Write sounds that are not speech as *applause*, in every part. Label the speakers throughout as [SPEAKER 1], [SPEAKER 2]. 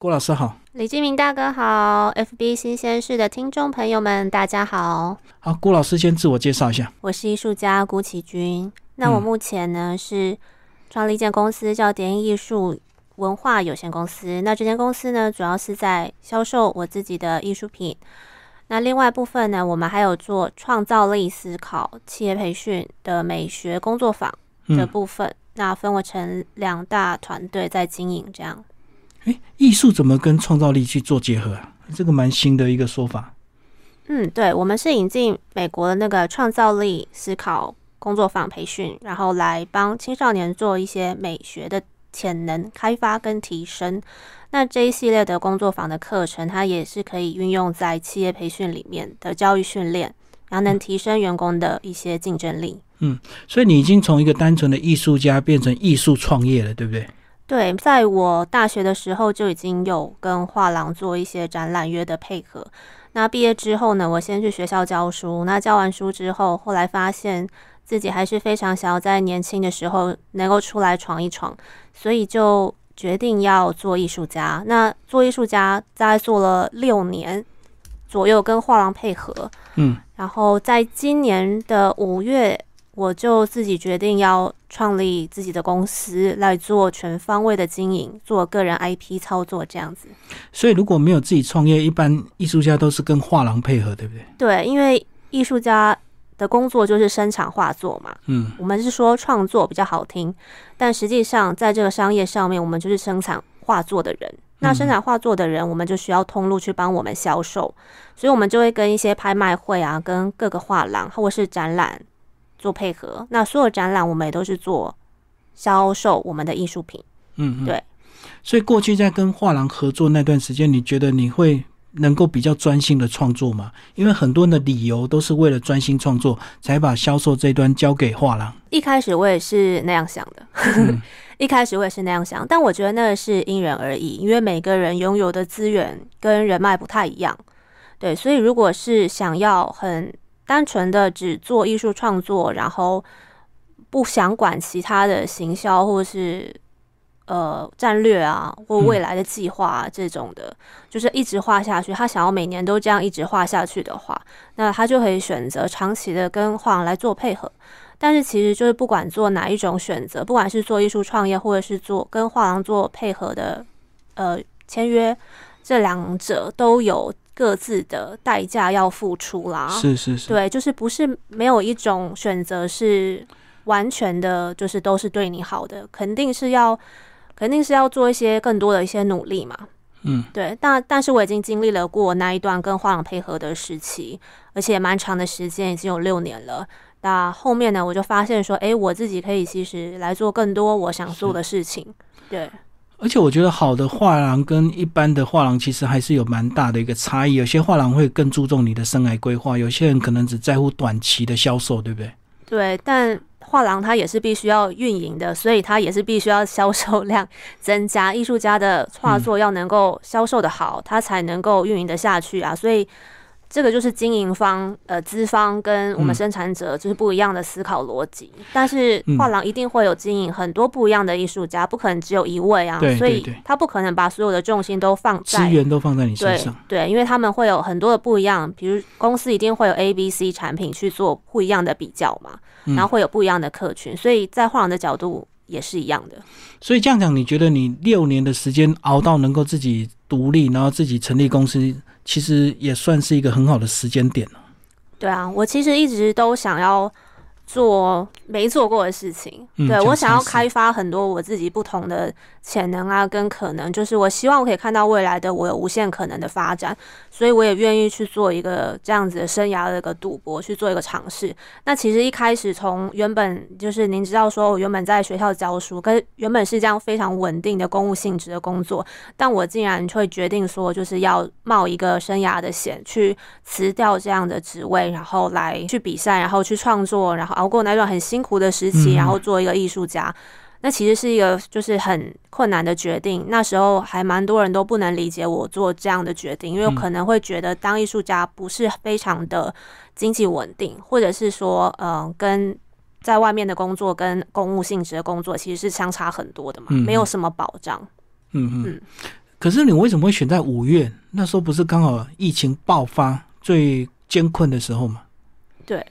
[SPEAKER 1] 郭老师好，
[SPEAKER 2] 李金明大哥好，FB 新鲜事的听众朋友们，大家好，
[SPEAKER 1] 好，郭老师先自我介绍一下。
[SPEAKER 2] 我是艺术家郭启君。那我
[SPEAKER 1] 嗯
[SPEAKER 2] 目前呢、是创立一间公司，叫蝶音艺术文化有限公司。那这间公司呢，主要是在销售我自己的艺术品。那另外部分呢，我们还有做创造力思考企业培训的美学工作坊的
[SPEAKER 1] 嗯，
[SPEAKER 2] 部分。那分为成两大团队在经营，这样。
[SPEAKER 1] 诶，艺术怎么跟创造力去做结合啊？这个蛮新的一个说法。
[SPEAKER 2] 嗯，对，我们是引进美国的那个创造力思考工作坊培训，然后来帮青少年做一些美学的潜能开发跟提升。那这一系列的工作坊的课程，它也是可以运用在企业培训里面的教育训练，然后能提升员工的一些竞争力。
[SPEAKER 1] 所以你已经从一个单纯的艺术家变成艺术创业了，对不对？
[SPEAKER 2] 对，在我大学的时候就已经有跟画廊做一些展览约的配合。那毕业之后呢，我先去学校教书。那教完书之后，后来发现自己还是非常想要在年轻的时候能够出来闯一闯，所以就决定要做艺术家。那做艺术家大概做了六年左右，跟画廊配合。
[SPEAKER 1] 嗯，
[SPEAKER 2] 然后在今年的五月，我就自己决定要创立自己的公司，来做全方位的经营，做个人 IP 操作这样子。
[SPEAKER 1] 所以如果没有自己创业，一般艺术家都是跟画廊配合，对不对？
[SPEAKER 2] 对，因为艺术家的工作就是生产画作嘛，
[SPEAKER 1] 嗯，
[SPEAKER 2] 我们是说创作比较好听，但实际上在这个商业上面，我们就是生产画作的人。那生产画作的人，我们就需要通路去帮我们销售，所以我们就会跟一些拍卖会啊，跟各个画廊或是展览做配合。那所有展览我们也都是做销售我们的艺术品。
[SPEAKER 1] 嗯嗯，
[SPEAKER 2] 对。
[SPEAKER 1] 所以过去在跟画廊合作那段时间，你觉得你会能够比较专心的创作吗？因为很多人的理由都是为了专心创作，才把销售这一端交给画廊。
[SPEAKER 2] 一开始我也是那样想的，
[SPEAKER 1] 嗯
[SPEAKER 2] *laughs* 一开始我也是那样想，但我觉得那个是因人而异，因为每个人拥有的资源跟人脉不太一样，对，所以如果是想要很单纯的只做艺术创作，然后不想管其他的行销或是呃战略啊或未来的计划、啊、这种的，就是一直画下去，他想要每年都这样一直画下去的话，那他就可以选择长期的跟画廊来做配合。但是其实就是不管做哪一种选择，不管是做艺术创业，或者是做跟画廊做配合的，呃，签约，这两者都有各自的代价要付出啦。
[SPEAKER 1] 是是是。
[SPEAKER 2] 对，就是不是没有一种选择是完全的，就是都是对你好的，肯定是要，肯定是要做一些更多的一些努力嘛。
[SPEAKER 1] 嗯，
[SPEAKER 2] 对，但但是我已经经历了过那一段跟画廊配合的时期，而且也蛮长的时间，已经有六年了。那后面呢，我就发现说，诶，我自己可以其实来做更多我想做的事情。对，
[SPEAKER 1] 而且我觉得好的画廊跟一般的画廊其实还是有蛮大的一个差异。有些画廊会更注重你的生涯规划，有些人可能只在乎短期的销售，对不对？
[SPEAKER 2] 对，但画廊它也是必须要运营的，所以它也是必须要销售 *laughs* 量增加，艺术家的画
[SPEAKER 1] 嗯
[SPEAKER 2] 作要能够销售的好，它才能够运营的下去啊。所以这个就是经营方、呃资方跟我
[SPEAKER 1] 嗯
[SPEAKER 2] 们生产者就是不一样的思考逻辑。但是
[SPEAKER 1] 嗯
[SPEAKER 2] 画廊一定会有经营很多不一样的艺术家，不可能只有一位啊
[SPEAKER 1] 对，
[SPEAKER 2] 所以
[SPEAKER 1] 对对
[SPEAKER 2] 他不可能把所有的重心都放
[SPEAKER 1] 资
[SPEAKER 2] 在
[SPEAKER 1] 源都放在你身上。
[SPEAKER 2] 对，因为他们会有很多的不一样，比如公司一定会有 A、B、C 产品去做不一样的比较嘛，
[SPEAKER 1] 嗯
[SPEAKER 2] 然后会有不一样的客群，所以在画廊的角度也是一样的。
[SPEAKER 1] 所以这样讲，你觉得你六年的时间熬到能够自己独立，然后自己成立公司，其实也算是一个很好的时间点哦了。
[SPEAKER 2] 对啊，我其实一直都想要做没做过的事情，
[SPEAKER 1] 嗯
[SPEAKER 2] 对
[SPEAKER 1] 想
[SPEAKER 2] 我想要
[SPEAKER 1] 尝试
[SPEAKER 2] 开发很多我自己不同的潜能啊，跟可能，就是我希望我可以看到未来的我有无限可能的发展，所以我也愿意去做一个这样子的生涯的一个赌博，去做一个尝试。那其实一开始从原本就是您知道说我原本在学校教书，跟原本是这样非常稳定的公务性质的工作，但我竟然会决定说就是要冒一个生涯的险去辞掉这样的职位，然后来去比赛，然后去创作，然后熬过那段很辛苦的时
[SPEAKER 1] 嗯
[SPEAKER 2] 期，然后做一个艺术家。那其实是一个就是很困难的决定，那时候还蛮多人都不能理解我做这样的决定，因为
[SPEAKER 1] 嗯
[SPEAKER 2] 可能会觉得当艺术家不是非常的经济稳定，或者是说，嗯、跟在外面的工作跟公务性质的工作其实是相差很多的嘛，
[SPEAKER 1] 嗯
[SPEAKER 2] 没有什么保障。
[SPEAKER 1] 嗯嗯
[SPEAKER 2] 嗯。
[SPEAKER 1] 可是你为什么会选在五月？那时候不是刚好疫情爆发最艰困的时候吗？
[SPEAKER 2] 对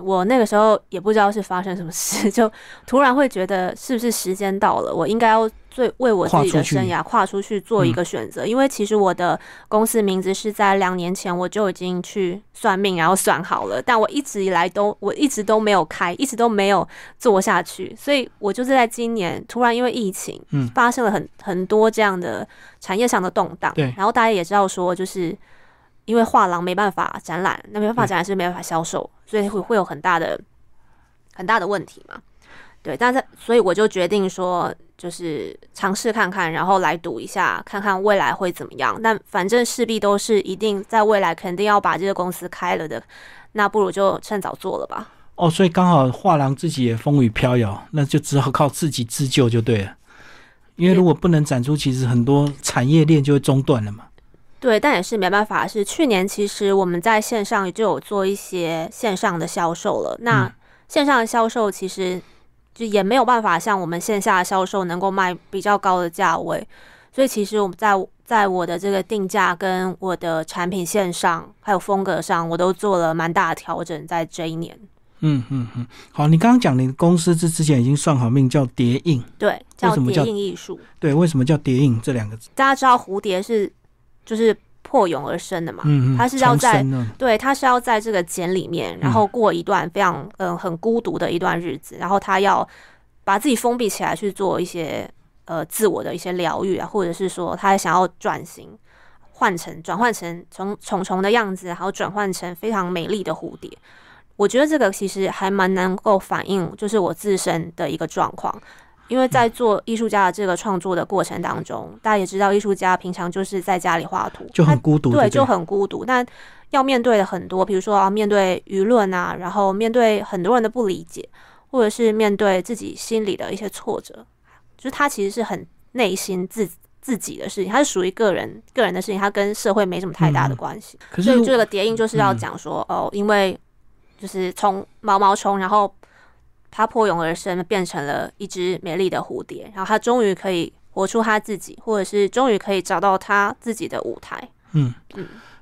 [SPEAKER 2] 我那个时候也不知道是发生什么事， *laughs* 就突然会觉得是不是时间到了，我应该要最为我自
[SPEAKER 1] 跨
[SPEAKER 2] 己
[SPEAKER 1] 出
[SPEAKER 2] 的
[SPEAKER 1] 去
[SPEAKER 2] 生涯跨出去做一
[SPEAKER 1] 嗯
[SPEAKER 2] 个选择。因为其实我的公司名字是在两年前我就已经去算命，然后算好了，但我一直以来都我一直都没有开，一直都没有做下去，所以我就是在今年突然因为疫情，
[SPEAKER 1] 嗯
[SPEAKER 2] 发生了很很多这样的产业上的动荡。
[SPEAKER 1] 对
[SPEAKER 2] 然后大家也知道说就是。因为画廊没办法展览，那没办法
[SPEAKER 1] 对
[SPEAKER 2] 展览是没办法销售，所以会会有很大的很大的问题嘛。对，但是所以我就决定说，就是尝试看看，然后来赌一下，看看未来会怎么样。但反正势必都是一定在未来肯定要把这个公司开了的，那不如就趁早做了吧。
[SPEAKER 1] 哦，所以刚好画廊自己也风雨飘摇，那就只好靠自己自救就对了。因为如果不能展出，其实很多产业链就会中断了嘛。
[SPEAKER 2] 对，但也是没办法，是去年其实我们在线上就有做一些线上的销售了。
[SPEAKER 1] 嗯
[SPEAKER 2] 那线上的销售其实就也没有办法像我们线下的销售能够卖比较高的价位，所以其实我们在在我的这个定价跟我的产品线上还有风格上，我都做了蛮大的调整，在这一年。
[SPEAKER 1] 嗯嗯嗯，好，你刚刚讲你的公司之之前已经算好命叫蝶印，
[SPEAKER 2] 对，
[SPEAKER 1] 为
[SPEAKER 2] 叫
[SPEAKER 1] 什么
[SPEAKER 2] 蝶
[SPEAKER 1] 叫
[SPEAKER 2] 印艺术。
[SPEAKER 1] 对，为什么叫蝶印这两个字？
[SPEAKER 2] 大家知道蝴蝶是就是破蛹而生的嘛？
[SPEAKER 1] 嗯嗯，
[SPEAKER 2] 它是要
[SPEAKER 1] 重
[SPEAKER 2] 在
[SPEAKER 1] 生了
[SPEAKER 2] 对，他是要在这个茧里面，然
[SPEAKER 1] 嗯
[SPEAKER 2] 后过一段非常嗯、呃很孤独的一段日子，然后他要把自己封闭起来去做一些呃自我的一些疗愈啊，或者是说他想要转型，换成转换成从虫虫的样子，然后转换成非常美丽的蝴蝶。我觉得这个其实还蛮能够反映就是我自身的一个状况，因为在做艺术家的这个创作的过程当中，大家也知道艺术家平常就是在家里画图，
[SPEAKER 1] 就
[SPEAKER 2] 他
[SPEAKER 1] 很孤独，
[SPEAKER 2] 对，
[SPEAKER 1] 对，
[SPEAKER 2] 就。很孤独。但要面对的很多，比如说要面对舆论啊，然后面对很多人的不理解，或者是面对自己心里的一些挫折，就是他其实是很内心自自己的事情，他是属于个人个人的事情，他跟社会没什么太大的
[SPEAKER 1] 嗯
[SPEAKER 2] 关系。
[SPEAKER 1] 可
[SPEAKER 2] 所
[SPEAKER 1] 是
[SPEAKER 2] 以这个叠印就是要
[SPEAKER 1] 嗯
[SPEAKER 2] 讲说，哦，因为就是从毛毛虫，然后它破蛹而生，变成了一只美丽的蝴蝶，然后它终于可以活出它自己，或者是终于可以找到它自己的舞台。
[SPEAKER 1] 嗯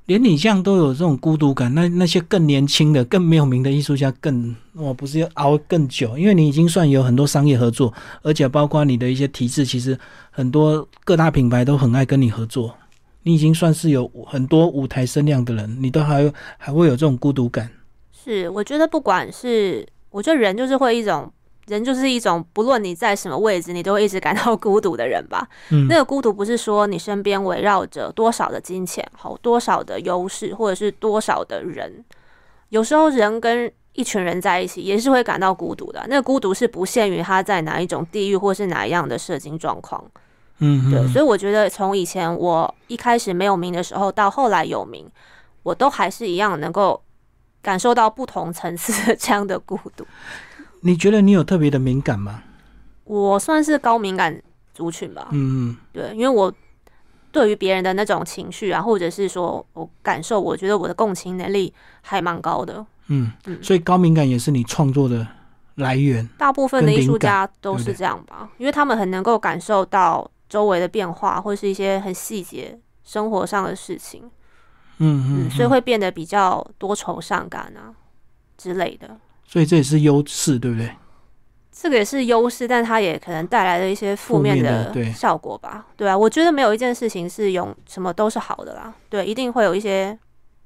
[SPEAKER 1] 连你像都有这种孤独感，那那些更年轻的、更没有名的艺术家更，我不是要熬更久，因为你已经算有很多商业合作，而且包括你的一些体制，其实很多各大品牌都很爱跟你合作，你已经算是有很多舞台声量的人，你都还有还会有这种孤独感。
[SPEAKER 2] 是，我觉得不管是，我觉得人就是会一种，人就是一种，不论你在什么位置，你都会一直感到 *laughs* 孤独的人吧。
[SPEAKER 1] 嗯
[SPEAKER 2] 那个孤独不是说你身边围绕着多少的金钱，好多少的优势，或者是多少的人。有时候人跟一群人在一起，也是会感到孤独的。那个孤独是不限于他在哪一种地域，或是哪一样的社经状况。
[SPEAKER 1] 嗯，
[SPEAKER 2] 对，
[SPEAKER 1] 嗯
[SPEAKER 2] 所以我觉得从以前我一开始没有名的时候，到后来有名，我都还是一样能够感受到不同层次的这样的孤独。 *laughs*
[SPEAKER 1] 你觉得你有特别的敏感吗？
[SPEAKER 2] 我算是高敏感族群吧，
[SPEAKER 1] 嗯，嗯
[SPEAKER 2] 对，因为我对于别人的那种情绪啊，或者是说我感受，我觉得我的共情能力还蛮高的。
[SPEAKER 1] 嗯，
[SPEAKER 2] 嗯
[SPEAKER 1] 所以高敏感也是你创作的来源。
[SPEAKER 2] 大部分
[SPEAKER 1] 跟
[SPEAKER 2] 的艺
[SPEAKER 1] 灵
[SPEAKER 2] 术
[SPEAKER 1] 感
[SPEAKER 2] 家
[SPEAKER 1] 对
[SPEAKER 2] 都
[SPEAKER 1] 不
[SPEAKER 2] 是
[SPEAKER 1] 对
[SPEAKER 2] 这样吧，因为他们很能够感受到周围的变化，或是一些很细节生活上的事情。
[SPEAKER 1] 嗯
[SPEAKER 2] 嗯，
[SPEAKER 1] 嗯，
[SPEAKER 2] 所以
[SPEAKER 1] 嗯
[SPEAKER 2] 会变得比较多愁善感啊之类的。
[SPEAKER 1] 所以这也是优势，对不对？
[SPEAKER 2] 这个也是优势，但它也可能带来了一些负面
[SPEAKER 1] 负面的对
[SPEAKER 2] 的效果吧。对啊，我觉得没有一件事情是永什么都是好的啦。对，一定会有一些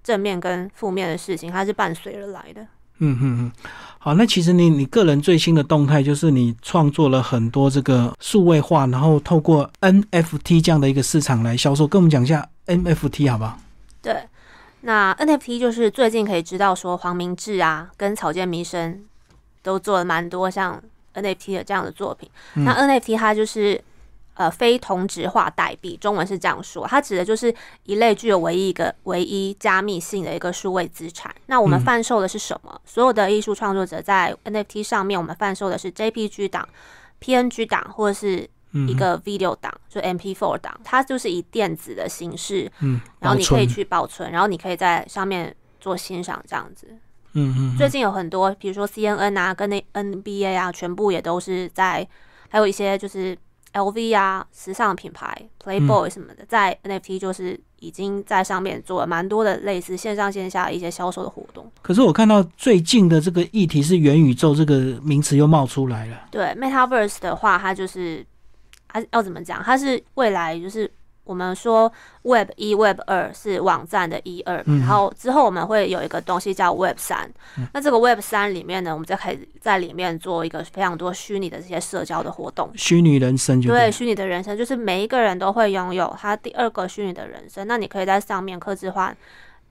[SPEAKER 2] 正面跟负面的事情，它是伴随而来的。
[SPEAKER 1] 嗯嗯嗯，好，那其实你你个人最新的动态就是你创作了很多这个数位化，然后透过 NFT 这样的一个市场来销售，跟我们讲一下 NFT 好不好？
[SPEAKER 2] 对，那 NFT 就是最近可以知道说黄明志啊跟草间弥生都做了蛮多像 NFT 的这样的作品。
[SPEAKER 1] 嗯
[SPEAKER 2] 那 NFT 它就是呃非同质化代币，中文是这样说，它指的就是一类具有唯一一个唯一加密性的一个数位资产。那我们
[SPEAKER 1] 嗯
[SPEAKER 2] 贩售的是什么？所有的艺术创作者在 NFT 上面，我们贩售的是 JPG 档、PNG 档或者是
[SPEAKER 1] 嗯，
[SPEAKER 2] 一个 video 档，就 MP4 档，它就是以电子的形式
[SPEAKER 1] 嗯，
[SPEAKER 2] 然
[SPEAKER 1] 保
[SPEAKER 2] 后你可以
[SPEAKER 1] 存，
[SPEAKER 2] 去保存，然后你可以在上面做欣赏这样子。
[SPEAKER 1] 嗯嗯
[SPEAKER 2] 最
[SPEAKER 1] 嗯，
[SPEAKER 2] 近有很多，比如说 CNN 啊，跟那 NBA 啊，全部也都是在，还有一些就是 LV 啊、时尚品牌
[SPEAKER 1] 嗯
[SPEAKER 2] Playboy 什么的，在 NFT 就是已经在上面做了蛮多的类似线上线下的一些销售的活动。
[SPEAKER 1] 可是我看到最近的这个议题是元宇宙这个名词又冒出来了，
[SPEAKER 2] 对 Metaverse 的话，它就是它要怎么讲？它是未来就是我们说 Web 一、Web 二是网站的一二、
[SPEAKER 1] 嗯
[SPEAKER 2] 然后之后我们会有一个东西叫 Web 三、那这个 Web 三里面呢，我们就可以在里面做一个非常多虚拟的这些社交的活动。
[SPEAKER 1] 虚拟人生就
[SPEAKER 2] 对
[SPEAKER 1] 对了，
[SPEAKER 2] 虚拟的人生，就是每一个人都会拥有他第二个虚拟的人生。那你可以在上面刻制化，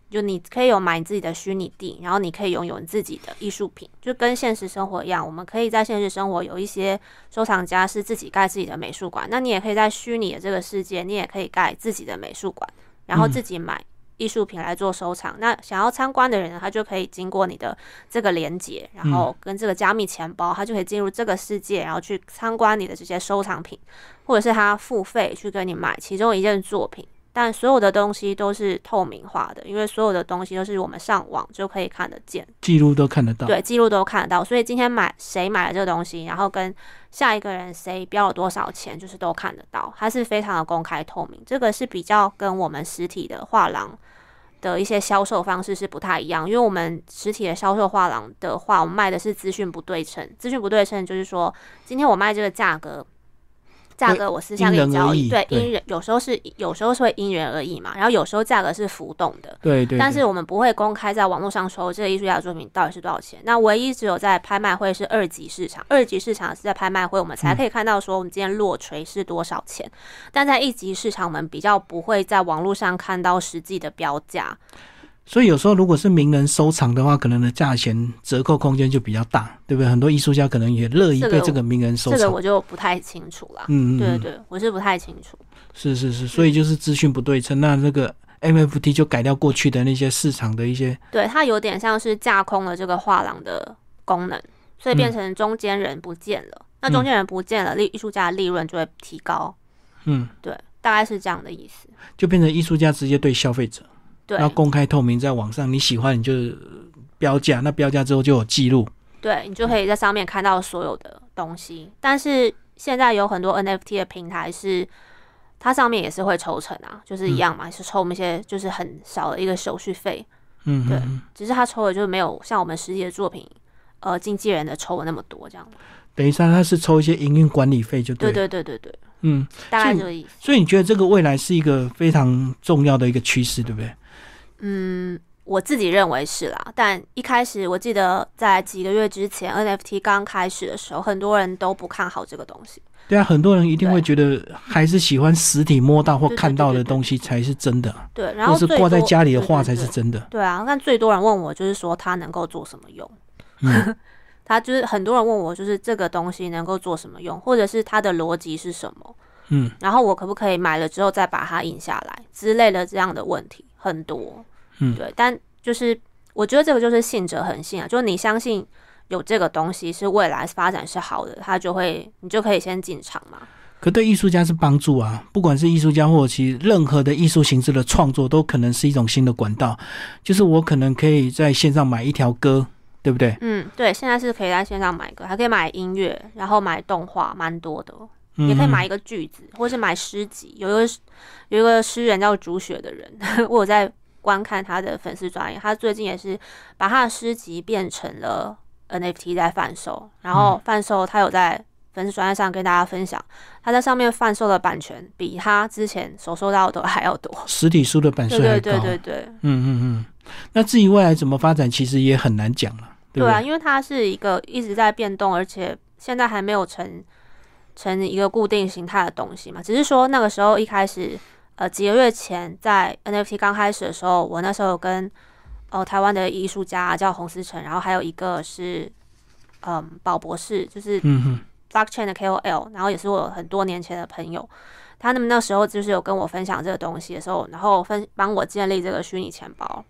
[SPEAKER 2] 就你可以有买你自己的虚拟地，然后你可以拥有你自己的艺术品，就跟现实生活一样。我们可以在现实生活有一些收藏家是自己盖自己的美术馆，那你也可以在虚拟的这个世界，你也可以盖自己的美术馆，然
[SPEAKER 1] 嗯
[SPEAKER 2] 后自己买。艺术品来做收藏，那想要参观的人呢，他就可以经过你的这个连接，
[SPEAKER 1] 嗯
[SPEAKER 2] 然后跟这个加密钱包，他就可以进入这个世界，然后去参观你的这些收藏品。或者是他付费去跟你买其中一件作品，但所有的东西都是透明化的，因为所有的东西都是我们上网就可以看得见，
[SPEAKER 1] 记录都看得到。
[SPEAKER 2] 对，记录都看得到。所以今天买谁买了这个东西，然后跟下一个人谁标了多少钱，就是都看得到，它是非常的公开透明。这个是比较跟我们实体的画廊。的一些销售方式是不太一样，因为我们实体的销售画廊的话，我们卖的是资讯不对称。资讯不对称就是说，今天我卖这个价格，价格我私下
[SPEAKER 1] 因
[SPEAKER 2] 跟你
[SPEAKER 1] 人而
[SPEAKER 2] 交易，
[SPEAKER 1] 异
[SPEAKER 2] 对，
[SPEAKER 1] 对
[SPEAKER 2] 因人有时候是有时候是会因人而异嘛，然后有时候价格是浮动的，
[SPEAKER 1] 对对，
[SPEAKER 2] 但
[SPEAKER 1] 对
[SPEAKER 2] 是我们不会公开在网络上说这个艺术家的作品到底是多少钱。那唯一只有在拍卖会是二级市场，二级市场是在拍卖会我们
[SPEAKER 1] 嗯
[SPEAKER 2] 才可以看到说我们今天落锤是多少钱。但在一级市场，我们比较不会在网络上看到实际的标价。
[SPEAKER 1] 所以有时候如果是名人收藏的话，可能的价钱折扣空间就比较大，对不对？很多艺术家可能也乐意
[SPEAKER 2] 这个
[SPEAKER 1] 被
[SPEAKER 2] 我
[SPEAKER 1] 这个名人收
[SPEAKER 2] 这
[SPEAKER 1] 藏。
[SPEAKER 2] 个我就不太清楚啦。
[SPEAKER 1] 嗯，嗯
[SPEAKER 2] 对
[SPEAKER 1] 嗯
[SPEAKER 2] 对，我是不太清楚。
[SPEAKER 1] 是是
[SPEAKER 2] 嗯
[SPEAKER 1] 是，所以就是资讯不对称，那那个 MFT 就改掉过去的那些市场的一些，
[SPEAKER 2] 对，它有点像是架空了这个画廊的功能，所
[SPEAKER 1] 嗯
[SPEAKER 2] 以变成中间人不见了。那中间人不见了，利艺术家的利润就会提高。
[SPEAKER 1] 嗯，
[SPEAKER 2] 对，大概是这样的意思。
[SPEAKER 1] 就变成艺术家直接对消费者，
[SPEAKER 2] 对，
[SPEAKER 1] 那公开透明在网上，你喜欢你就标价，那标价之后就有记录，
[SPEAKER 2] 对你就可以在上面看到所有的东西。但是现在有很多 NFT 的平台是，它上面也是会抽成啊，就是一样嘛，是抽我们一些就是很少的一个手续费，
[SPEAKER 1] 嗯，
[SPEAKER 2] 对
[SPEAKER 1] 嗯嗯
[SPEAKER 2] 只是它抽的就是没有像我们实际的作品，呃，经纪人的抽的那么多这样。
[SPEAKER 1] 等于说他是抽一些营运管理费就
[SPEAKER 2] 对
[SPEAKER 1] 了，
[SPEAKER 2] 对对对对，
[SPEAKER 1] 嗯，
[SPEAKER 2] 大
[SPEAKER 1] 所
[SPEAKER 2] 概
[SPEAKER 1] 以
[SPEAKER 2] 这个意思。
[SPEAKER 1] 所以你觉得这个未来是一个非常重要的一个趋势，对不对？
[SPEAKER 2] 嗯，我自己认为是啦，但一开始我记得在几个月之前 NFT 刚开始的时候，很多人都不看好这个东西。
[SPEAKER 1] 对啊，很多人一定
[SPEAKER 2] 对
[SPEAKER 1] 会觉得还是喜欢实体摸到或
[SPEAKER 2] 对对
[SPEAKER 1] 看到
[SPEAKER 2] 对
[SPEAKER 1] 的
[SPEAKER 2] 对对
[SPEAKER 1] 东西才是真的啊，
[SPEAKER 2] 对，然
[SPEAKER 1] 或
[SPEAKER 2] 后
[SPEAKER 1] 是
[SPEAKER 2] 最
[SPEAKER 1] 挂在
[SPEAKER 2] 多
[SPEAKER 1] 家里的
[SPEAKER 2] 对
[SPEAKER 1] 画
[SPEAKER 2] 对
[SPEAKER 1] 才是
[SPEAKER 2] 对
[SPEAKER 1] 真的。
[SPEAKER 2] 对啊，但最多人问我就是说它能够做什么用？
[SPEAKER 1] 嗯
[SPEAKER 2] *laughs* 他就是很多人问我就是这个东西能够做什么用，或者是它的逻辑是什么，
[SPEAKER 1] 嗯，
[SPEAKER 2] 然后我可不可以买了之后再把它印下来之类的这样的问题很多。
[SPEAKER 1] 嗯
[SPEAKER 2] 对，但就是我觉得这个就是信者恒信啊，就是你相信有这个东西是未来发展是好的，它就会你就可以先进场嘛。
[SPEAKER 1] 可对艺术家是帮助啊，不管是艺术家或者其实任何的艺术形式的创作，都可能是一种新的管道。就是我可能可以在线上买一条歌，对不对？
[SPEAKER 2] 嗯，对，现在是可以在线上买歌，还可以买音乐，然后买动画，蛮多的。哦
[SPEAKER 1] 嗯
[SPEAKER 2] 也可以买一个句子，或是买诗集。有一个有一个诗人叫竹雪的人， *laughs* 我有在观看他的粉丝专业，他最近也是把他的诗集变成了 NFT 在贩售，
[SPEAKER 1] 嗯
[SPEAKER 2] 然后贩售他有在粉丝专业上跟大家分享，他在上面贩售的版权比他之前所收到的还要多。
[SPEAKER 1] 实体书的版
[SPEAKER 2] 对
[SPEAKER 1] 税还
[SPEAKER 2] 对
[SPEAKER 1] 高。
[SPEAKER 2] 对对对，
[SPEAKER 1] 嗯嗯嗯。那至于未来怎么发展，其实也很难讲了，对不
[SPEAKER 2] 对
[SPEAKER 1] 对？
[SPEAKER 2] 啊，因为它是一个一直在变动，而且现在还没有成成一个固定形态的东西嘛。只是说那个时候一开始，呃，几个月前在 NFT 刚开始的时候，我那时候有跟哦、台湾的艺术家叫洪思成，然后还有一个是嗯宝博士，就是
[SPEAKER 1] 嗯哼。
[SPEAKER 2] blockchain 的 KOL，然后也是我很多年前的朋友，他们那时候就是有跟我分享这个东西的时候，然后分帮我建立这个虚拟钱包，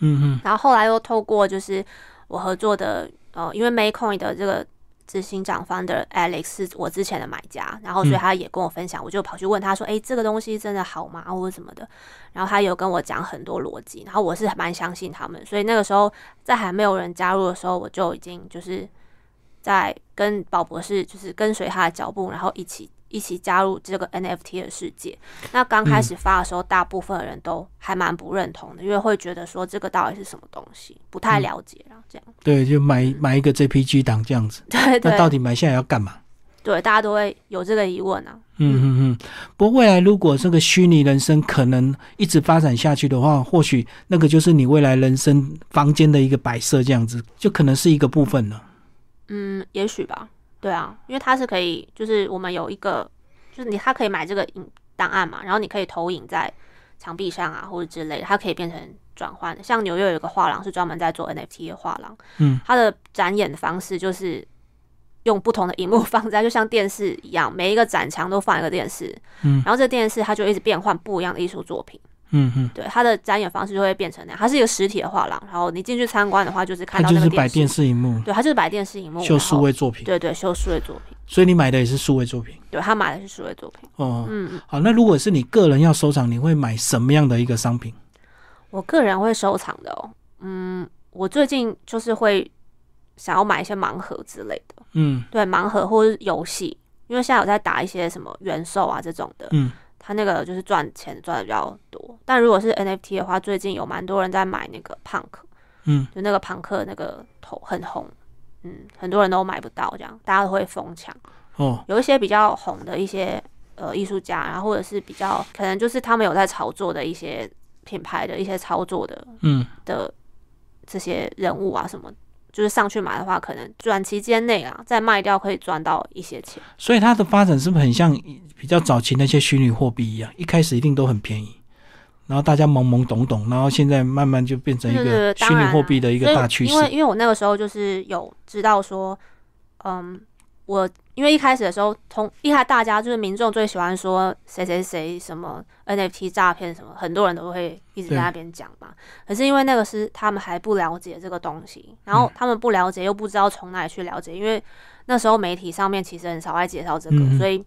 [SPEAKER 1] 嗯嗯
[SPEAKER 2] 然后后来又透过就是我合作的呃，因为 Maycoin 的这个执行长 founder Alex 是我之前的买家，然后所以他也跟我分享，我就跑去问他说：“诶，这个东西真的好吗？或者什么的？”然后他有跟我讲很多逻辑，然后我是蛮相信他们，所以那个时候在还没有人加入的时候，我就已经就是在跟宝博士就是跟随他的脚步，然后一起一起加入这个 NFT 的世界。那刚
[SPEAKER 1] 嗯
[SPEAKER 2] 开始发的时候，大部分人都还蛮不认同的，因为会觉得说这个到底是什么东西，不
[SPEAKER 1] 嗯
[SPEAKER 2] 太了解啊，这样。 *laughs*
[SPEAKER 1] 对，就买买一个 JPG 档这样子，
[SPEAKER 2] 对
[SPEAKER 1] 那到
[SPEAKER 2] 对
[SPEAKER 1] 底买下来要干嘛？
[SPEAKER 2] 对，大家都会有这个疑问啊。
[SPEAKER 1] 嗯嗯嗯，不过未来如果这个虚拟人生可能一直发展下去的话，或许那个就是你未来人生房间的一个摆设，这样子就可能是一个部分了。
[SPEAKER 2] 嗯，也许吧。对啊，因为它是可以，就是我们有一个，就是你它可以买这个影档案嘛，然后你可以投影在墙壁上啊，或者之类的，它可以变成转换的。像纽约有一个画廊是专门在做 NFT 的画廊，
[SPEAKER 1] 嗯，
[SPEAKER 2] 它的展演的方式就是用不同的荧幕 *laughs* 放在，就像电视一样，每一个展墙都放一个电视，
[SPEAKER 1] 嗯，
[SPEAKER 2] 然后这电视它就一直变换不一样的艺术作品，
[SPEAKER 1] 嗯嗯，
[SPEAKER 2] 对，它的展演方式就会变成那样。它是一个实体的画廊，然后你进去参观的话，就是
[SPEAKER 1] 它
[SPEAKER 2] 看到
[SPEAKER 1] 就
[SPEAKER 2] 那
[SPEAKER 1] 是
[SPEAKER 2] 个
[SPEAKER 1] 摆电
[SPEAKER 2] 电视，
[SPEAKER 1] 视荧幕，
[SPEAKER 2] 对，它就是摆电视荧幕，
[SPEAKER 1] 秀
[SPEAKER 2] 然后
[SPEAKER 1] 数位作品，
[SPEAKER 2] 对对，修书的作品，
[SPEAKER 1] 所以你买的也是数位作品
[SPEAKER 2] 对他买的是数位作品。
[SPEAKER 1] 哦。
[SPEAKER 2] 嗯，
[SPEAKER 1] 好，那如果是你个人要收藏，你会买什么样的一个商品？
[SPEAKER 2] 我个人会收藏的哦。嗯，我最近就是会想要买一些盲盒之类的，
[SPEAKER 1] 嗯
[SPEAKER 2] 对，盲盒或是游戏，因为现在有在打一些什么元兽啊这种的，
[SPEAKER 1] 嗯，
[SPEAKER 2] 它那个就是赚钱赚的比较多。但如果是 NFT 的话，最近有蛮多人在买那个 Punk，
[SPEAKER 1] 嗯，
[SPEAKER 2] 就那个庞克那个头很红。嗯，很多人都买不到，这样大家都会疯抢。
[SPEAKER 1] 哦，
[SPEAKER 2] 有一些比较红的一些呃艺术家，然后或者是比较可能就是他们有在炒作的一些品牌的一些操作的
[SPEAKER 1] 嗯
[SPEAKER 2] 的这些人物啊什么，就是上去买的话，可能短期间内啊再卖掉可以赚到一些钱。
[SPEAKER 1] 所以它的发展是不是很像比较早期那些虚拟货币一样？一开始一定都很便宜，然后大家懵懵懂懂，然后现在慢慢就变成一
[SPEAKER 2] 对对
[SPEAKER 1] 个
[SPEAKER 2] 对
[SPEAKER 1] 虚
[SPEAKER 2] 当
[SPEAKER 1] 拟
[SPEAKER 2] 然啊
[SPEAKER 1] 货币的一
[SPEAKER 2] 所
[SPEAKER 1] 个
[SPEAKER 2] 以
[SPEAKER 1] 大趋势
[SPEAKER 2] 因。为因为我那个时候就是有知道说，嗯，我因为一开始的时候，同一开大家就是民众最喜欢说谁谁谁什么 NFT 诈骗什么，很多人都会一直在
[SPEAKER 1] 对
[SPEAKER 2] 那边讲嘛。可是因为那个是他们还不了解这个东西，然
[SPEAKER 1] 嗯
[SPEAKER 2] 后他们不了解又不知道从哪里去了解，因为那时候媒体上面其实很少在介绍这个，
[SPEAKER 1] 嗯嗯
[SPEAKER 2] 所以。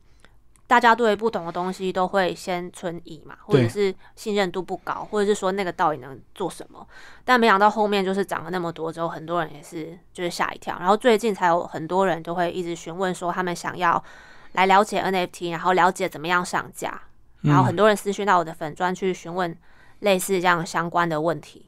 [SPEAKER 2] 大家对不懂的东西都会先存疑嘛，或者
[SPEAKER 1] 对
[SPEAKER 2] 是信任度不高，或者是说那个到底能做什么？但没想到后面就是涨了那么多之后，很多人也是就是吓一跳。然后最近才有很多人都会一直询问说，他们想要来了解 NFT，然后了解怎么样上架。
[SPEAKER 1] 嗯
[SPEAKER 2] 然后很多人私讯到我的粉专去询问类似这样相关的问题。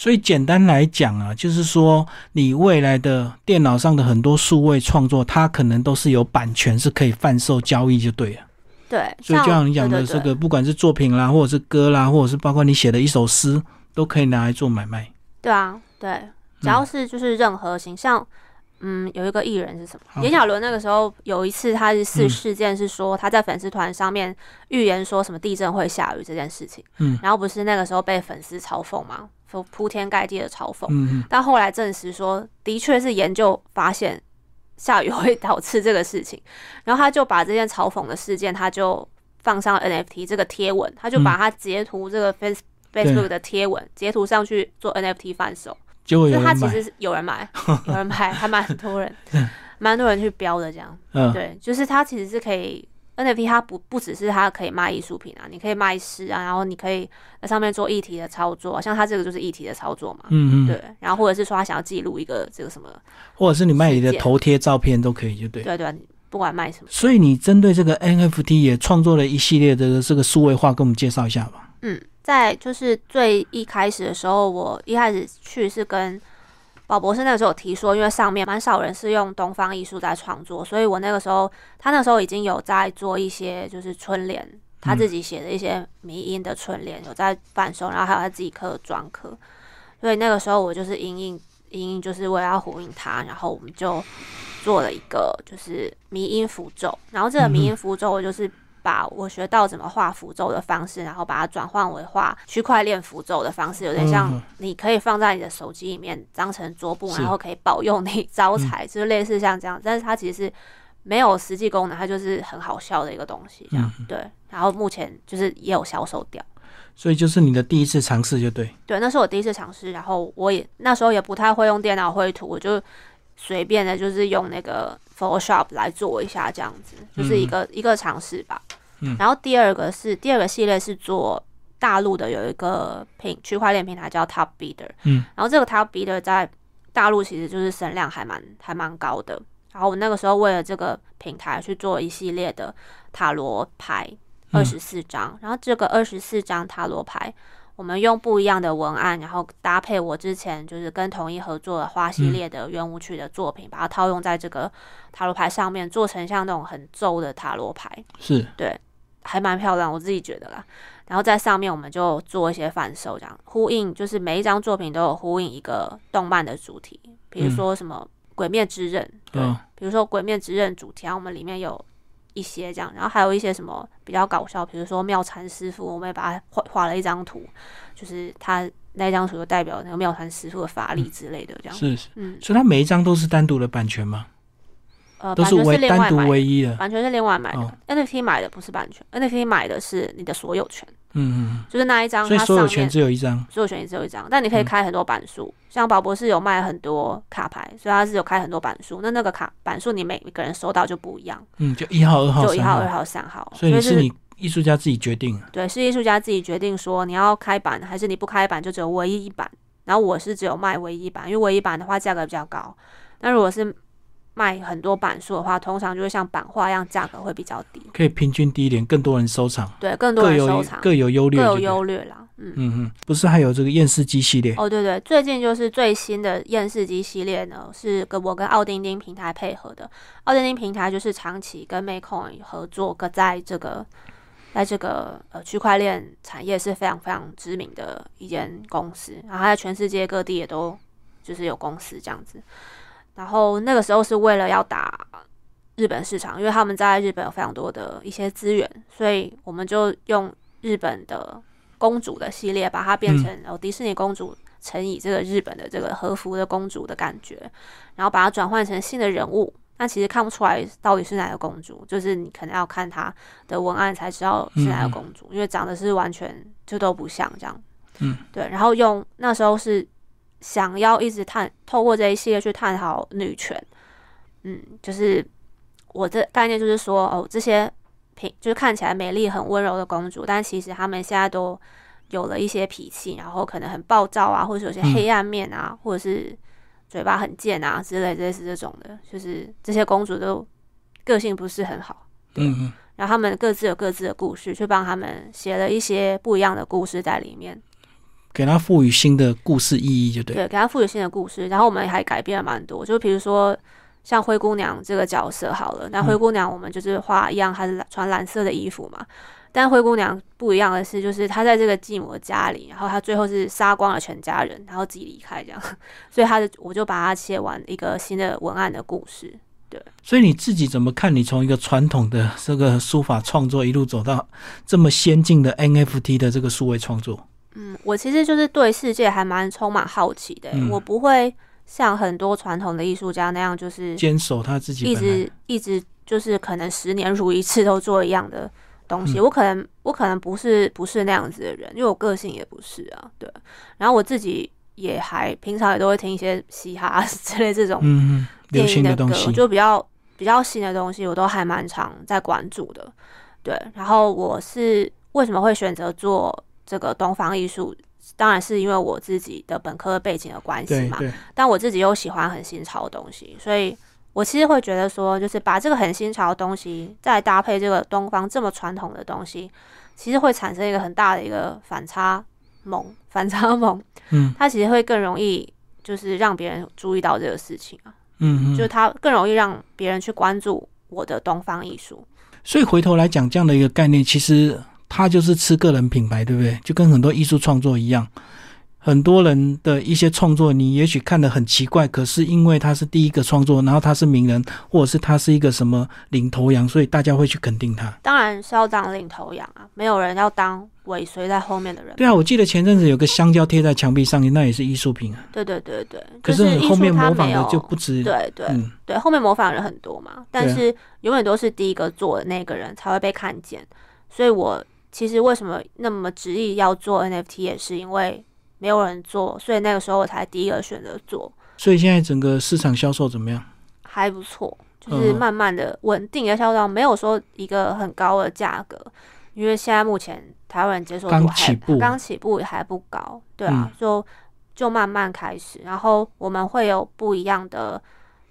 [SPEAKER 1] 所以简单来讲啊，就是说你未来的电脑上的很多数位创作，它可能都是有版权，是可以贩售交易就对了。
[SPEAKER 2] 对，
[SPEAKER 1] 所以就像你讲
[SPEAKER 2] 对
[SPEAKER 1] 的，
[SPEAKER 2] 对
[SPEAKER 1] 这
[SPEAKER 2] 对
[SPEAKER 1] 个不管是作品啦，或者是歌啦，或者是包括你写的一首诗，都可以拿来做买卖。
[SPEAKER 2] 对啊，
[SPEAKER 1] 嗯
[SPEAKER 2] 对，只要是就是任何形象，嗯，有一个艺人是什么？炎亚纶那个时候有一次，他是事
[SPEAKER 1] 嗯
[SPEAKER 2] 事件是说他在粉丝团上面预言说什么地震会下雨这件事情，
[SPEAKER 1] 嗯
[SPEAKER 2] 然后不是那个时候被粉丝嘲讽吗？铺铺天盖地的嘲讽，
[SPEAKER 1] 嗯，嗯
[SPEAKER 2] 但后来证实说，的确是研究发现下雨会导致这个事情，然后他就把这件嘲讽的事件，他就放上 NFT 这个贴文，他就把
[SPEAKER 1] 嗯
[SPEAKER 2] 它截图这个 Face Facebook 的贴文截图上去做 NFT 贩售，
[SPEAKER 1] 结果
[SPEAKER 2] 所
[SPEAKER 1] 有
[SPEAKER 2] 以他
[SPEAKER 1] 人
[SPEAKER 2] 其
[SPEAKER 1] 买，
[SPEAKER 2] 实是有人买，有人买，还蛮
[SPEAKER 1] *laughs*
[SPEAKER 2] 多人， *laughs* 蛮多人去标的这样。
[SPEAKER 1] 嗯，
[SPEAKER 2] 对，就是它其实是可以 NFT，它不不只是它可以卖艺术品啊，你可以卖诗啊，然后你可以在上面做议题的操作啊，像它这个就是议题的操作嘛。
[SPEAKER 1] 嗯嗯，
[SPEAKER 2] 对，然后或者是说他想要记录一个这个什么，
[SPEAKER 1] 或者是你卖你的
[SPEAKER 2] 事件
[SPEAKER 1] 头贴照片都可以，就对。
[SPEAKER 2] 对对，你不管卖什么，
[SPEAKER 1] 所以你针对这个 NFT 也创作了一系列的这个数位化，跟我们介绍一下吧。
[SPEAKER 2] 嗯，在就是最一开始的时候，我一开始去是跟宝博士那个时候有提说，因为上面蛮少人是用东方艺术在创作，所以我那个时候他那时候已经有在做一些就是春联，他自己写的一些迷音的春联有在贩售，然后还有他自己刻装刻，所以那个时候我就是因应因应就是我要呼应他，然后我们就做了一个就是迷音符咒，然后这
[SPEAKER 1] 嗯
[SPEAKER 2] 个迷音符咒我就是把我学到怎么画符咒的方式，然后把它转换为画区块链符咒的方式，有点像
[SPEAKER 1] 嗯
[SPEAKER 2] 你可以放在你的手机里面当成桌布，
[SPEAKER 1] 是嗯
[SPEAKER 2] 然后可以保佑你招财，就是类似像这样，但是它其实是。没有实际功能，它就是很好笑的一个东西，
[SPEAKER 1] 嗯
[SPEAKER 2] 这样、对。然后目前就是也有销售掉。
[SPEAKER 1] 所以就是你的第一次尝试，就对。
[SPEAKER 2] 对，那是我第一次尝试，然后我也那时候也不太会用电脑绘图，我就随便的，就是用那个 Photoshop 来做一下，这样子，就是一个、一个尝试吧。
[SPEAKER 1] 嗯
[SPEAKER 2] 然后第二个是第二个系列是做大陆的有一个平区块链平台叫 Top Bidder，
[SPEAKER 1] 嗯，
[SPEAKER 2] 然后这个 Top Bidder 在大陆其实就是声量还蛮还蛮高的，然后我那个时候为了这个平台去做一系列的塔罗牌，二十四张。然后这个二十四张塔罗牌，我们用不一样的文案，然后搭配我之前就是跟同一合作的花系列的圆舞曲的作品，把它套用在这个塔罗牌上面，做成像那种很皱的塔罗牌，
[SPEAKER 1] 是
[SPEAKER 2] 还蛮漂亮，我自己觉得啦。然后在上面我们就做一些贩售，这样呼应，就是每一张作品都有呼应一个动漫的主题，比如说什么《鬼灭之刃》对，
[SPEAKER 1] 嗯
[SPEAKER 2] 比如说《鬼灭之刃》主题，然后我们里面有一些这样，然后还有一些什么比较搞笑，比如说妙禅师傅，我们也把它画画了一张图，就是他那张图就代表那个妙禅师傅的法力之类的这样，
[SPEAKER 1] 是是，
[SPEAKER 2] 嗯，
[SPEAKER 1] 所以它每一张都是单独的版权吗？
[SPEAKER 2] 呃，
[SPEAKER 1] 都
[SPEAKER 2] 版权
[SPEAKER 1] 唯
[SPEAKER 2] 是另
[SPEAKER 1] 单
[SPEAKER 2] 外
[SPEAKER 1] 独
[SPEAKER 2] 买的，
[SPEAKER 1] 唯一的。
[SPEAKER 2] 版权是另外买的、
[SPEAKER 1] 哦
[SPEAKER 2] NFT 买的不是版权，NFT 买的是你的所有权，
[SPEAKER 1] 嗯
[SPEAKER 2] 就是那一
[SPEAKER 1] 嗯，
[SPEAKER 2] 张
[SPEAKER 1] 所以
[SPEAKER 2] 它
[SPEAKER 1] 所
[SPEAKER 2] 上
[SPEAKER 1] 有权
[SPEAKER 2] 面。
[SPEAKER 1] 只有一张。
[SPEAKER 2] 所有权也只有一张，但你可以
[SPEAKER 1] 嗯
[SPEAKER 2] 开很多版数。像宝博士有卖很多卡牌，所以他是有开很多版数。那那个卡版数，你每个人收到就不一样，
[SPEAKER 1] 嗯，就一号、二号、
[SPEAKER 2] 就一
[SPEAKER 1] 三
[SPEAKER 2] 号、二。号、三号。
[SPEAKER 1] 所以你
[SPEAKER 2] 这
[SPEAKER 1] 是你艺术家自己决定。
[SPEAKER 2] 对，是艺术家自己决定说你要开版还是你不开版，就只有唯一一版。然后我是只有卖唯一版，因为唯一版的话价格比较高。那如果是卖很多版数的话，通常就会像版画一样，价格会比较低。
[SPEAKER 1] 可以平均低一点，更多人收藏，
[SPEAKER 2] 对，更哦多
[SPEAKER 1] 各
[SPEAKER 2] 人
[SPEAKER 1] 有
[SPEAKER 2] 收藏，
[SPEAKER 1] 各有优劣
[SPEAKER 2] 各
[SPEAKER 1] 就
[SPEAKER 2] 有
[SPEAKER 1] 对。
[SPEAKER 2] 优劣啦。嗯，
[SPEAKER 1] 嗯嗯，不是还有这个验尸机系列？
[SPEAKER 2] 哦，对对，最近就是最新的验视机系列呢，是跟我跟奥丁丁平台配合的。奥丁丁平台就是长期跟 Makecoin 合作，跟在这个在这个呃区块链产业是非常非常知名的一间公司，然后它在全世界各地也都就是有公司这样子。然后那个时候是为了要打日本市场，因为他们在日本有非常多的一些资源，所以我们就用日本的公主的系列，把它变成、哦迪士尼公主乘以这个日本的这个和服的公主的感觉，然后把它转换成新的人物。那其实看不出来到底是哪个公主，就是你可能要看她的文案才知道是哪个公主，因为长得是完全就都不像这样。
[SPEAKER 1] 嗯，
[SPEAKER 2] 对。然后用那时候是想要一直探透过这一系列去探讨女权，嗯，就是我的概念就是说，哦，这些平就是看起来美丽很温柔的公主，但其实她们现在都有了一些脾气，然后可能很暴躁啊，或者有些
[SPEAKER 1] 嗯
[SPEAKER 2] 黑暗面啊，或者是嘴巴很贱啊之类类似这种的，就是这些公主都个性不是很好。
[SPEAKER 1] 嗯嗯，
[SPEAKER 2] 然后他们各自有各自的故事，去帮他们写了一些不一样的故事在里面，
[SPEAKER 1] 给它赋予新的故事意义，就对。
[SPEAKER 2] 对，给他赋予新的故事。然后我们还改变了蛮多，就比如说像灰姑娘这个角色好了，那
[SPEAKER 1] 嗯
[SPEAKER 2] 灰姑娘我们就是画一样，她是蓝穿蓝色的衣服嘛。但灰姑娘不一样的是，就是她在这个继母的家里，然后她最后是杀光了全家人，然后自己离开这样， *laughs* 所以她的我就把它写完一个新的文案的故事。
[SPEAKER 1] 所以你自己怎么看？你从一个传统的这个书法创作一路走到这么先进的 NFT 的这个数位创作？
[SPEAKER 2] 嗯，我其实就是对世界还蛮充满好奇的欸、
[SPEAKER 1] 嗯
[SPEAKER 2] 我不会像很多传统的艺术家那样，就是
[SPEAKER 1] 坚守他自己
[SPEAKER 2] 一
[SPEAKER 1] 本来
[SPEAKER 2] 直一直就是可能十年如一次都做一样的东
[SPEAKER 1] 嗯
[SPEAKER 2] 西。我可能我可能不是不是那样子的人，因为我个性也不是啊，对。然后我自己也还平常也都会听一些嘻哈 *laughs* 之类这种
[SPEAKER 1] 嗯嗯流
[SPEAKER 2] 电影
[SPEAKER 1] 行
[SPEAKER 2] 的
[SPEAKER 1] 东
[SPEAKER 2] 歌，
[SPEAKER 1] 西，
[SPEAKER 2] 就比较比较新的东西，我都还蛮常在关注的。对，然后我是为什么会选择做这个东方艺术？当然是因为我自己的本科背景的关系
[SPEAKER 1] 对
[SPEAKER 2] 嘛。
[SPEAKER 1] 对，
[SPEAKER 2] 但我自己又喜欢很新潮的东西，所以我其实会觉得说，就是把这个很新潮的东西，再搭配这个东方这么传统的东西，其实会产生一个很大的一个反差萌，反差萌，
[SPEAKER 1] 嗯
[SPEAKER 2] 它其实会更容易就是让别人注意到这个事情啊，
[SPEAKER 1] 嗯
[SPEAKER 2] 就是
[SPEAKER 1] 嗯。
[SPEAKER 2] 它更容易让别人去关注我的东方艺术。
[SPEAKER 1] 所以回头来讲，这样的一个概念，其实它就是吃个人品牌，对不对？就跟很多艺术创作一样。很多人的一些创作，你也许看得很奇怪，可是因为他是第一个创作，然后他是名人，或者是他是一个什么领头羊，所以大家会去肯定他。
[SPEAKER 2] 当然是要当领头羊啊，没有人要当尾随在后面的人。
[SPEAKER 1] 对啊，我记得前阵子有个香蕉贴在墙壁上，那也是艺术品啊。
[SPEAKER 2] 对对对对，
[SPEAKER 1] 可
[SPEAKER 2] 就是是艺
[SPEAKER 1] 后
[SPEAKER 2] 术
[SPEAKER 1] 面
[SPEAKER 2] 它
[SPEAKER 1] 模仿
[SPEAKER 2] 没
[SPEAKER 1] 的
[SPEAKER 2] 有
[SPEAKER 1] 就不止，
[SPEAKER 2] 对对
[SPEAKER 1] 嗯，
[SPEAKER 2] 对，后面模仿的人很多嘛，但
[SPEAKER 1] 对啊
[SPEAKER 2] 是永远都是第一个做的那个人才会被看见。所以我其实为什么那么执意要做 NFT，也是因为没有人做，所以那个时候我才第一个选择做，
[SPEAKER 1] 所以现在整个市场销售怎么样？
[SPEAKER 2] 还不错，就是
[SPEAKER 1] 嗯
[SPEAKER 2] 慢慢的稳定的销量，没有说一个很高的价格，因为现在目前台湾人接受度
[SPEAKER 1] 刚
[SPEAKER 2] 还
[SPEAKER 1] 起步嗯
[SPEAKER 2] 刚起步也还不高，对啊，就就慢慢开始，然后我们会有不一样的。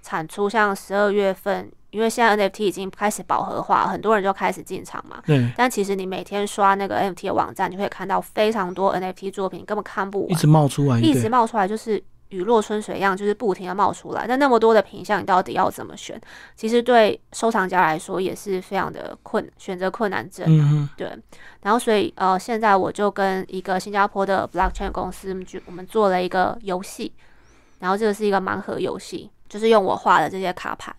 [SPEAKER 2] 产出，像十二月份，因为现在 NFT 已经开始饱和化，很多人就开始进场嘛。
[SPEAKER 1] 对，
[SPEAKER 2] 但其实你每天刷那个 NFT 的网站，你会看到非常多 NFT 作品，你根本看不
[SPEAKER 1] 一
[SPEAKER 2] 完，
[SPEAKER 1] 直冒出来，
[SPEAKER 2] 一
[SPEAKER 1] 哎对
[SPEAKER 2] 直冒出来，就是雨落春水一样，就是不停的冒出来。那那么多的品相，你到底要怎么选？其实对收藏家来说也是非常的困选择困难症。
[SPEAKER 1] 嗯
[SPEAKER 2] 对，然后所以呃，现在我就跟一个新加坡的 blockchain 公司，我们就我们做了一个游戏，然后这个是一个盲盒游戏，就是用我画的这些卡牌，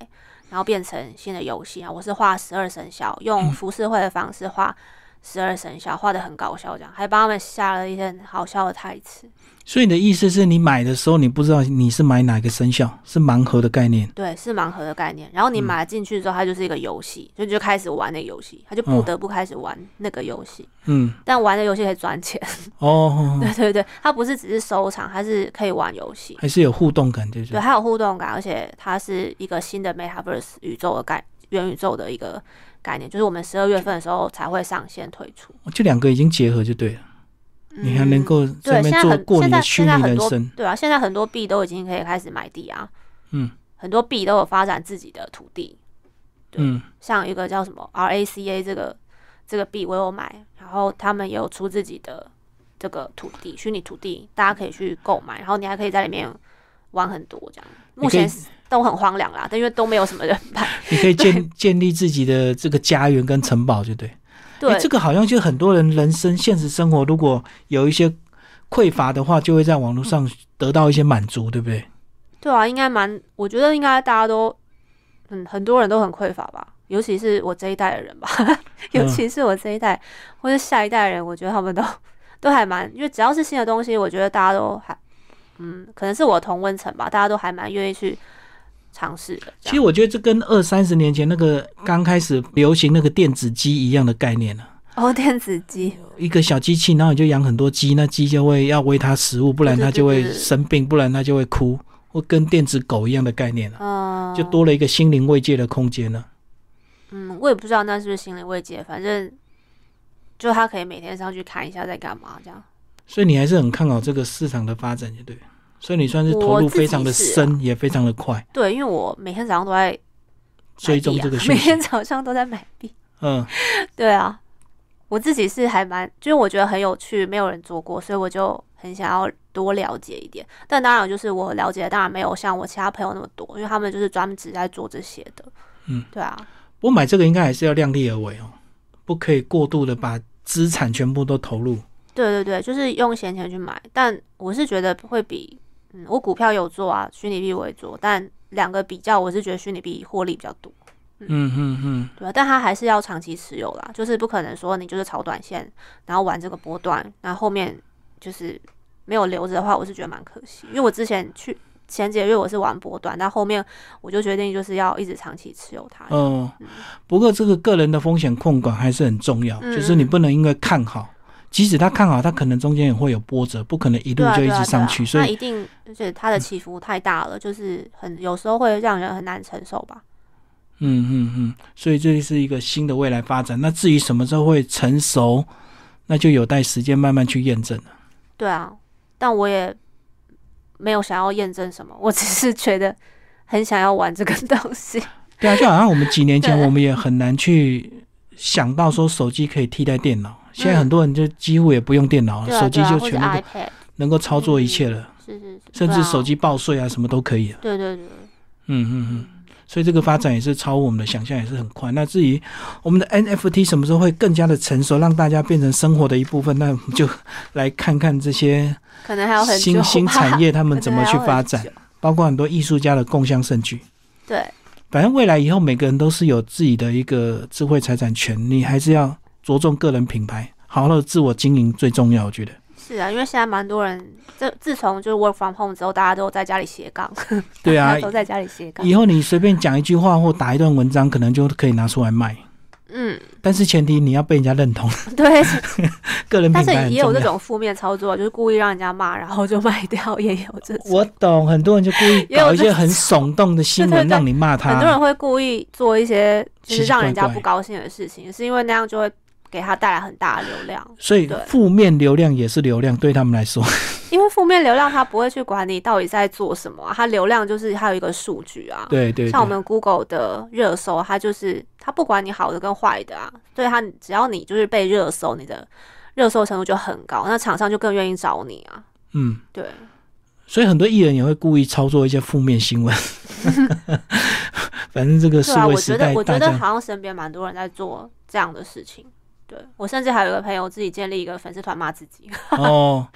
[SPEAKER 2] 然后变成新的游戏啊。我是画十二生肖，
[SPEAKER 1] 嗯
[SPEAKER 2] 用浮世绘的方式画十二生肖，画的很搞笑，这样还帮他们下了一些很好笑的台词。
[SPEAKER 1] 哼，所以你的意思是你买的时候，你不知道你是买哪个生肖，是盲盒的概念。
[SPEAKER 2] 对，是盲盒的概念。
[SPEAKER 1] 嗯
[SPEAKER 2] 然后你买进去之后，它就是一个游戏，所以你就开始玩那个游戏，他就不
[SPEAKER 1] 哦
[SPEAKER 2] 得不开始玩那个游戏。
[SPEAKER 1] 嗯，
[SPEAKER 2] 但玩的游戏可以赚钱。 *laughs*
[SPEAKER 1] 哦哦，哦
[SPEAKER 2] 对对对，它不是只是收藏，它是可以玩游戏，
[SPEAKER 1] 还是有互动感，对不
[SPEAKER 2] 对，
[SPEAKER 1] 对？
[SPEAKER 2] 它有互动感，而且它是一个新的 MetaVerse 宇宙的概元宇宙的一个概念，就是我们十二月份的时候才会上线推出。
[SPEAKER 1] 就两个已经结合就对了，你还能够在
[SPEAKER 2] 嗯对，
[SPEAKER 1] 那
[SPEAKER 2] 现在
[SPEAKER 1] 边做
[SPEAKER 2] 很
[SPEAKER 1] 过
[SPEAKER 2] 现
[SPEAKER 1] 你的
[SPEAKER 2] 在
[SPEAKER 1] 虚
[SPEAKER 2] 现
[SPEAKER 1] 拟
[SPEAKER 2] 在很
[SPEAKER 1] 人
[SPEAKER 2] 多
[SPEAKER 1] 生。
[SPEAKER 2] 对啊，现在很多币都已经可以开始买地啊，
[SPEAKER 1] 嗯，
[SPEAKER 2] 很多币都有发展自己的土地，对
[SPEAKER 1] 嗯，
[SPEAKER 2] 像一个叫什么 RACA 这个这个币我有买，然后他们也有出自己的这个土地虚拟土地，大家可以去购买，然后你还可以在里面玩很多这样。
[SPEAKER 1] 你
[SPEAKER 2] 目前
[SPEAKER 1] 可以
[SPEAKER 2] 都很荒凉啦，但因为都没有什么人 *laughs* 买，
[SPEAKER 1] 你可以建建立自己的这个家园跟城堡，就对。
[SPEAKER 2] 对、
[SPEAKER 1] 诶这个好像就很多人人生现实生活如果有一些匮乏的话，就会在网络上得到一些满足，对不对？
[SPEAKER 2] 对啊，应该蛮，我觉得应该大家都，嗯，很多人都很匮乏吧，尤其是我这一代的人吧， *laughs* 尤
[SPEAKER 1] 嗯
[SPEAKER 2] 其是我这一代或者下一代的人，我觉得他们都都还蛮，因为只要是新的东西，我觉得大家都还，嗯，可能是我的同温层吧，大家都还蛮愿意去尝试的。这
[SPEAKER 1] 其实
[SPEAKER 2] 样
[SPEAKER 1] 我觉得这跟二三十年前那
[SPEAKER 2] 嗯
[SPEAKER 1] 个刚开始流行那个电子鸡一样的概念了、
[SPEAKER 2] 哦，电子
[SPEAKER 1] *laughs*
[SPEAKER 2] 鸡，
[SPEAKER 1] 一个小机器，然后你就养很多鸡，那鸡就会要喂它食物，不然它就
[SPEAKER 2] 对
[SPEAKER 1] 会
[SPEAKER 2] 对对对
[SPEAKER 1] 生病，不然它就会哭，或跟电子狗一样的概念了、
[SPEAKER 2] 嗯，
[SPEAKER 1] 就，多了一个心灵慰藉的空间啊了、
[SPEAKER 2] 嗯，我也不知道那是不是心理慰藉，反正就他可以每天上去看一下在干嘛这样。
[SPEAKER 1] 所以你还是很看好这个市场的发展，就对。所以你算是投入非常的
[SPEAKER 2] 啊
[SPEAKER 1] 深，也非常的快，
[SPEAKER 2] 对，因为我每天早上都在
[SPEAKER 1] 追踪
[SPEAKER 2] 买
[SPEAKER 1] 这
[SPEAKER 2] 币
[SPEAKER 1] 个
[SPEAKER 2] 啊
[SPEAKER 1] 讯
[SPEAKER 2] 每
[SPEAKER 1] 息
[SPEAKER 2] 天。早上都在买币。
[SPEAKER 1] 嗯，
[SPEAKER 2] 对啊，我自己是还蛮，就是我觉得很有趣，没有人做过，所以我就很想要多了解一点。但当然，就是我了解的当然没有像我其他朋友那么多，因为他们就是专门只在做这些的。
[SPEAKER 1] 嗯，
[SPEAKER 2] 对啊，
[SPEAKER 1] 我买这个应该还是要量力而为哦，不可以过度的把资产全部都投入。
[SPEAKER 2] 对对对，就是用闲钱去买。但我是觉得会比，嗯，我股票有做啊，虚拟币我也做，但两个比较，我是觉得虚拟币获利比较多。
[SPEAKER 1] 嗯嗯嗯，
[SPEAKER 2] 对啊，但它还是要长期持有啦，就是不可能说你就是炒短线，然后玩这个波段，然后后面就是没有留着的话，我是觉得蛮可惜。因为我之前去前几个月我是玩波段，但后面我就决定就是要一直长期持有它。
[SPEAKER 1] 哦、不过这个个人的风险控管还是很重要，
[SPEAKER 2] 嗯
[SPEAKER 1] 就是你不能因为看好，即使他看好，他可能中间也会有波折，不可能一路
[SPEAKER 2] 对啊，
[SPEAKER 1] 就
[SPEAKER 2] 对
[SPEAKER 1] 一
[SPEAKER 2] 啊，
[SPEAKER 1] 直
[SPEAKER 2] 对
[SPEAKER 1] 上
[SPEAKER 2] 啊
[SPEAKER 1] 去。，所
[SPEAKER 2] 那
[SPEAKER 1] 以
[SPEAKER 2] 一定，而且它的起伏太大了，就是很有时候会让人很难承受吧。
[SPEAKER 1] 嗯嗯嗯，所以这是一个新的未来发展。那至于什么时候会成熟，那就有待时间慢慢去验证了。
[SPEAKER 2] 对啊，但我也没有想要验证什么，我只是觉得很想要玩这个东西。
[SPEAKER 1] 对啊，就好像我们几年前
[SPEAKER 2] *laughs* 对
[SPEAKER 1] 我们也很难去想到说手机可以替代电脑，现在
[SPEAKER 2] 嗯
[SPEAKER 1] 很多人就几乎也不用电脑了，
[SPEAKER 2] 对啊，
[SPEAKER 1] 哦手机
[SPEAKER 2] 对啊
[SPEAKER 1] 就
[SPEAKER 2] 或者
[SPEAKER 1] 全部都
[SPEAKER 2] iPad，
[SPEAKER 1] 能够操作一切了，
[SPEAKER 2] 是是是，
[SPEAKER 1] 甚
[SPEAKER 2] 对
[SPEAKER 1] 至
[SPEAKER 2] 啊
[SPEAKER 1] 手机报税啊什么都可以了。
[SPEAKER 2] 对对对，
[SPEAKER 1] 嗯嗯嗯，所以这个发展也是超乎我们的想象，也是很快。那至于我们的 NFT 什么时候会更加的成熟，让大家变成生活的一部分，那我们就来看看这些
[SPEAKER 2] 可能还有很久
[SPEAKER 1] 新兴产
[SPEAKER 2] 业
[SPEAKER 1] 业他们怎么去发
[SPEAKER 2] *laughs*
[SPEAKER 1] 展，包括很多艺术家的共襄盛举。
[SPEAKER 2] 对，
[SPEAKER 1] 反正未来以后每个人都是有自己的一个智慧财产权，你还是要着重个人品牌，好好的自我经营最重要。我觉得，
[SPEAKER 2] 是啊，因为现在蛮多人，这自从就是 work from home 之后，大家都在家里斜杠，
[SPEAKER 1] *laughs* 对啊
[SPEAKER 2] 大家都在家里斜杠
[SPEAKER 1] 以，后你随便讲一句话或打一段文章，可能就可以拿出来卖，
[SPEAKER 2] 嗯，
[SPEAKER 1] 但是前提你要被人家认同， *laughs*
[SPEAKER 2] 对，
[SPEAKER 1] 个人品
[SPEAKER 2] 但是
[SPEAKER 1] 牌很
[SPEAKER 2] 也有
[SPEAKER 1] 重
[SPEAKER 2] 这
[SPEAKER 1] 要。
[SPEAKER 2] 种负面操作，就是故意让人家骂，然后就卖掉，也有这种。
[SPEAKER 1] 我懂，很多人就故意搞一些很耸动的
[SPEAKER 2] *laughs*
[SPEAKER 1] 新
[SPEAKER 2] 也有
[SPEAKER 1] 闻
[SPEAKER 2] 这种
[SPEAKER 1] 让你骂
[SPEAKER 2] 很多人
[SPEAKER 1] 他，
[SPEAKER 2] 会故意做一些
[SPEAKER 1] 奇
[SPEAKER 2] 就是
[SPEAKER 1] 奇怪
[SPEAKER 2] 让人家
[SPEAKER 1] 怪
[SPEAKER 2] 不高兴的事情，是因为那样就会给他带来很大的流量，
[SPEAKER 1] 所以
[SPEAKER 2] 对
[SPEAKER 1] 负面流量也是流量，对他们来说， *laughs*
[SPEAKER 2] 因为负面流量它不会去管你到底在做什么啊、它流量就是它有一个数据啊。
[SPEAKER 1] 对对
[SPEAKER 2] 像我
[SPEAKER 1] 对，
[SPEAKER 2] 们 Google 的热搜，它就是它不管你好的跟坏的啊，对它只要你就是被热搜，你的热搜程度就很高，那厂商就更愿意找你啊。
[SPEAKER 1] 嗯，
[SPEAKER 2] 对，
[SPEAKER 1] 所以很多艺人也会故意操作一些负面新闻。 *laughs* 反正这个
[SPEAKER 2] 对
[SPEAKER 1] 数
[SPEAKER 2] 啊，
[SPEAKER 1] 位
[SPEAKER 2] 我
[SPEAKER 1] 时
[SPEAKER 2] 觉得
[SPEAKER 1] 代，
[SPEAKER 2] 我觉
[SPEAKER 1] 大
[SPEAKER 2] 得
[SPEAKER 1] 家
[SPEAKER 2] 好像身边蛮多人在做这样的事情。对我甚至还有一个朋友自己建立一个粉丝团骂自己， *laughs*
[SPEAKER 1] 哦，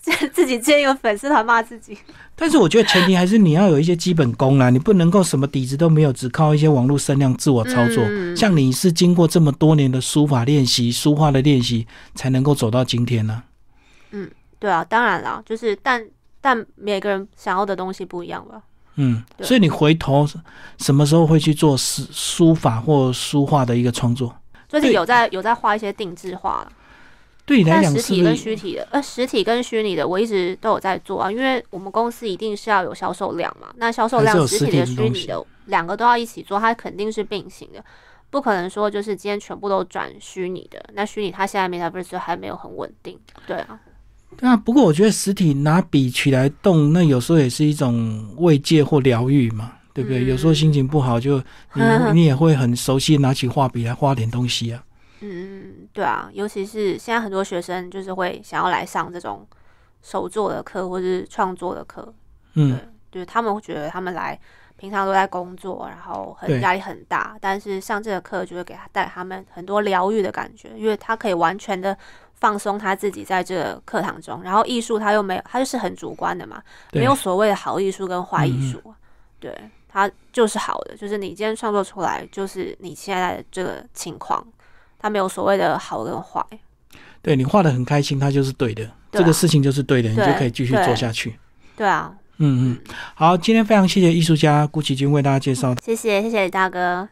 [SPEAKER 2] 自自己建一个粉丝团骂自己。
[SPEAKER 1] 但是我觉得前提还是你要有一些基本功啦，你不能够什么底子都没有，只靠一些网络声量自我操作。
[SPEAKER 2] 嗯
[SPEAKER 1] 像你是经过这么多年的书法练习、书画的练习，才能够走到今天呢、
[SPEAKER 2] 对啊，当然啦，就是但但每个人想要的东西不一样吧。
[SPEAKER 1] 嗯，
[SPEAKER 2] 对
[SPEAKER 1] 所以你回头什么时候会去做书书法或书画的一个创作？
[SPEAKER 2] 最近
[SPEAKER 1] 对
[SPEAKER 2] 有在有在画一些定制画啦，
[SPEAKER 1] 对你来
[SPEAKER 2] 但
[SPEAKER 1] 讲
[SPEAKER 2] 实
[SPEAKER 1] 是
[SPEAKER 2] 体
[SPEAKER 1] 不
[SPEAKER 2] 跟
[SPEAKER 1] 是？
[SPEAKER 2] 虚体的，呃，实体跟虚拟的，我一直都有在做啊，因为我们公司一定是要有销售量嘛，那销售
[SPEAKER 1] 还是有
[SPEAKER 2] 量实
[SPEAKER 1] 实
[SPEAKER 2] 体
[SPEAKER 1] 体的
[SPEAKER 2] 的、虚
[SPEAKER 1] 东
[SPEAKER 2] 拟
[SPEAKER 1] 西
[SPEAKER 2] 的两个都要一起做，它肯定是并行的，不可能说就是今天全部都转虚拟的，那虚拟它现在 Metaverse 还没有很稳定，对啊，
[SPEAKER 1] 那、啊、不过我觉得实体拿笔起来动，那有时候也是一种慰藉或疗愈嘛，对不对？
[SPEAKER 2] 嗯
[SPEAKER 1] 有时候心情不好就
[SPEAKER 2] *laughs*
[SPEAKER 1] 你你也会很熟悉地拿起画笔来画点东西啊。
[SPEAKER 2] 嗯，对啊，尤其是现在很多学生就是会想要来上这种手作的课或是创作的课，
[SPEAKER 1] 嗯，
[SPEAKER 2] 就是他们会觉得他们来平常都在工作，然后
[SPEAKER 1] 对
[SPEAKER 2] 很压力很大，但是上这个课就会给他带他们很多疗愈的感觉，因为他可以完全的放松他自己在这个课堂中，然后艺术他又没有，他就是很主观的嘛，
[SPEAKER 1] 对嗯
[SPEAKER 2] 没有所谓的好艺术跟坏艺术，对，它就是好的，就是你今天创作出来就是你现在的这个情况，它没有所谓的好跟坏，
[SPEAKER 1] 对你画的很开心，它就是对的，
[SPEAKER 2] 对啊
[SPEAKER 1] 这个事情就是对的，你就
[SPEAKER 2] 对
[SPEAKER 1] 可以继续做下去。
[SPEAKER 2] 对啊，
[SPEAKER 1] 嗯嗯，好，今天非常谢谢艺术家顾其君为大家介绍
[SPEAKER 2] 谢谢谢谢大哥，